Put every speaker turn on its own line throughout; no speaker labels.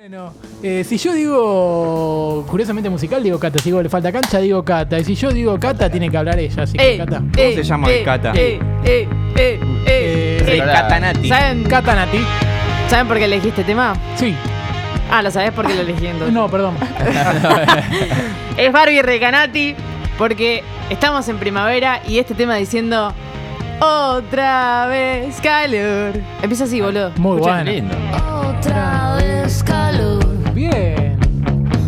Bueno, eh, si yo digo curiosamente musical, digo Cata. Si digo le falta cancha, digo Cata. Y si yo digo Cata, tiene que hablar ella. Así que
Eh,
Cata.
eh,
se llama el
eh,
cata?
eh, eh, eh, eh,
Eh,
El
eh.
Catanati.
¿Saben,
Cata Nati.
¿Saben por qué elegí este tema?
Sí.
Ah, lo sabés porque lo elegí entonces.
No, perdón.
Es Barbie Recanati porque estamos en primavera y este tema diciendo otra vez calor. Empieza así, boludo.
Muy
Escucha,
bueno.
lindo.
Otra vez calor.
Bien.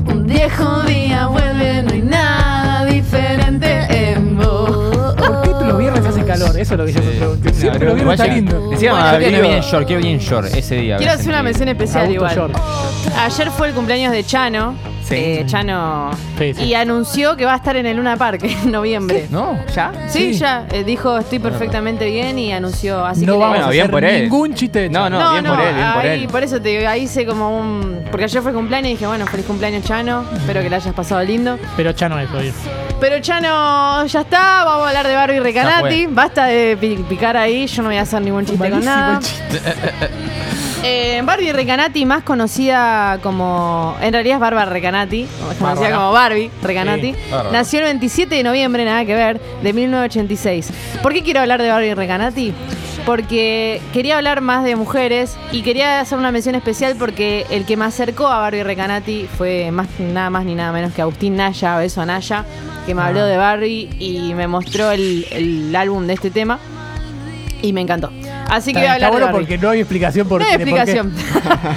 Un viejo día vuelve, no hay nada diferente en vos.
Oh.
¿Por qué los viernes hace calor? Eso es lo que yo me pregunto. Siempre los viernes
Igual
está
ya-
lindo.
Encima
Bueno,
abrigo-
quiero-
quiero bien short, quiero bien short ese día.
Quiero
me
hacer una
sentí.
mención especial
Augusto
igual.
George.
Ayer fue el cumpleaños de Chano.
Sí.
Eh, Chano.
Sí, sí.
Y anunció que va a estar en el Luna Park en noviembre.
¿No?
¿Ya? Sí,
Sí.
ya. Eh, dijo estoy perfectamente bien y anunció. Así
no
que le-
vamos
Bueno,
a
bien
hacer
por él.
ningún chiste de
No,
Chano.
no, bien por él, bien por
ahí,
él.
eso te ahí hice como un. Porque ayer fue cumpleaños y dije, bueno, feliz cumpleaños, Chano. Espero que la hayas pasado lindo.
Pero Chano es hoy.
Pero Chano, ya está. Vamos a hablar de Barbie Recanati.
Ya
Basta de pi- picar ahí. Yo no voy a hacer ningún chiste con
Malísimo
nada.
el chiste.
Eh, Barbie Recanati, más conocida como. En realidad es Bárbara Recanati, conocida
Bárbara.
como Barbie Recanati.
Sí,
Bárbara.
nació el 27 de noviembre, nada que ver, de 1986. ¿Por qué quiero hablar de Barbie Recanati? Porque quería hablar más de mujeres y quería hacer una mención especial porque el que me acercó a Barbie Recanati fue más, nada más ni nada menos que Agustín Naya, beso a Naya, que
Ah.
me habló de Barbie y me mostró el, el álbum de este tema y me encantó. Así que voy
Está,
a hablar de
bueno
Barbie.
porque no hay explicación por
No hay
de por qué.
explicación.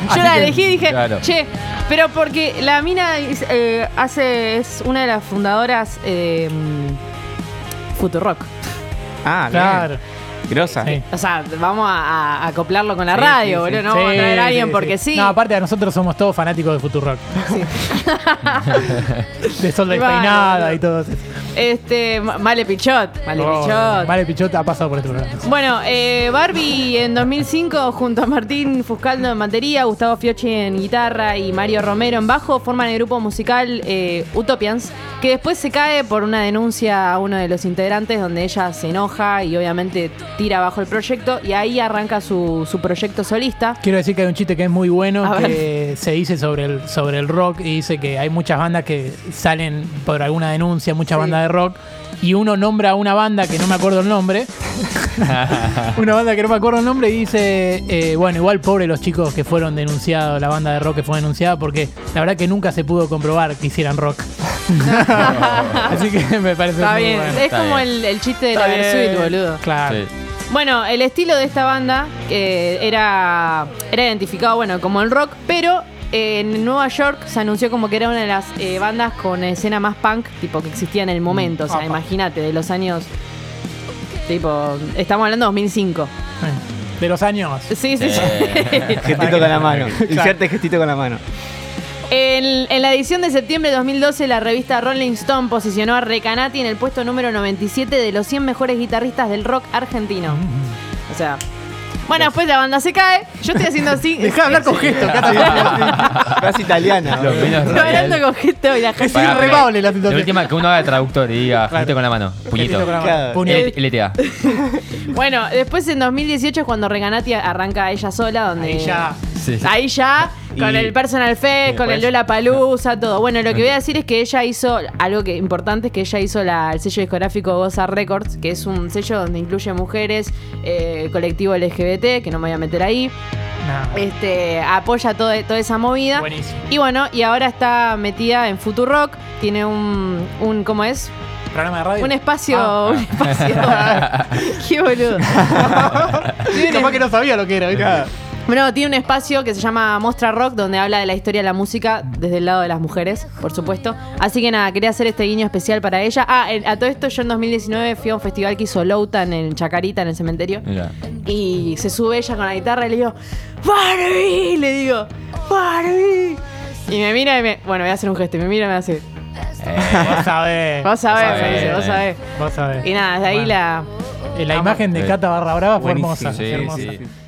Así
Yo la
que-
elegí y dije,
Claro.
che, pero porque la mina es, eh, hace, es una de las fundadoras eh, Futurock.
Ah,
Claro.
bien. Grosa.
Sí.
O sea, vamos a, a acoplarlo con la
Sí,
radio,
sí, sí.
boludo. No vamos a
Sí,
traer a alguien
sí,
porque sí.
No, aparte, nosotros somos todos fanáticos de Futurock. de Sol Despeinada
Bárbaro.
y todo eso.
Este, Ma- Male Pichot. Male
Oh,
Pichot.
Vale Pichot ha pasado por este programa.
Bueno, eh, Barbie en 2005 junto a Martín Fuscaldo en batería, Gustavo Fiocchi en guitarra y Mario Romero en bajo forman el grupo musical eh, Utopians, que después se cae por una denuncia a uno de los integrantes donde ella se enoja y obviamente tira abajo el proyecto y ahí arranca su, su proyecto solista.
Quiero decir que hay un chiste que es muy bueno
A
que se dice sobre el, sobre el rock y dice que hay muchas bandas que salen por alguna denuncia, muchas
Sí.
bandas de rock, y uno nombra a una banda que no me acuerdo el nombre, una banda que no me acuerdo el nombre y dice, eh, bueno, igual pobre los chicos que fueron denunciados, la banda de rock que fue denunciada, porque la verdad que nunca se pudo comprobar que hicieran rock. Así que me parece
Está
muy
bien,
bueno.
es
Está
como
bien.
El, el chiste de
Ah. Está
la
bien.
Versuit, boludo.
Claro.
Sí.
Bueno, el estilo de esta banda eh, era, era identificado, bueno, como el rock, pero eh, en Nueva York se anunció como que era una de las eh, bandas con escena más punk, tipo, que existía en el momento. O sea,
Apa.
imagínate, de los años... Tipo, estamos hablando de 2005.
De los años.
Sí, sí, sí.
Gestito con la mano. Inserte gestito con la mano.
En, en la edición de septiembre de 2012, la revista Rolling Stone posicionó a Recanati en el puesto número 97 de los 100 mejores guitarristas del rock argentino. O sea. Bueno, después la banda se cae. Yo estoy haciendo así.
Dejá de hablar con gestos,
Casi italiana.
Los medios
Estoy hablando
radiales.
con gestos y la gente.
Es irremable la situación.
La última que uno haga de traductor y diga, "Gestito con la mano, puñito.
Gestito con la mano.
Claro.
Puño.
L- LTA.
Bueno, después en 2018 es cuando Recanati arranca ella sola, donde.
Ahí ya.
Sí.
Ahí ya, con
Y-
el Personal Fest,
y
con el
después-
Lola Palusa, todo. Bueno, lo que voy a decir es que ella hizo, algo que importante es que ella hizo la- el sello discográfico Goza Records, que es un sello donde incluye mujeres, eh, colectivo LGBT, que no me voy a meter ahí.
Nah.
Este, apoya todo- toda esa movida.
Buenísimo.
Y bueno, y ahora está metida en Futurock, tiene un, un ¿cómo es?
Programa de radio.
Un espacio,
Ah.
un espacio. Qué boludo.
Capaz que no sabía lo que era. ¿viste?
Bueno, tiene un espacio que se llama Mostra Rock, donde habla de la historia de la música desde el lado de las mujeres, por supuesto. Así que nada, quería hacer este guiño especial para ella. Ah, el- a todo esto yo en 2019 fui a un festival que hizo Louta en el Chacarita, en el cementerio.
Mira.
Mm.
Y se sube ella con la guitarra y le digo, ¡Barbie! Le digo, ¡Barbie! Y me mira y me... Bueno, voy a hacer un gesto. y Me mira y me hace,
Eh, Vos sabés.
vos sabés,
Vos
me dice,
sabés,
vos
eh.
sabés.
Vos sabés.
Y nada, de ahí
Bueno,
la...
eh, La imagen de Cata Barra Brava fue
Buenísimo,
hermosa.
sí,
hermosa.
sí.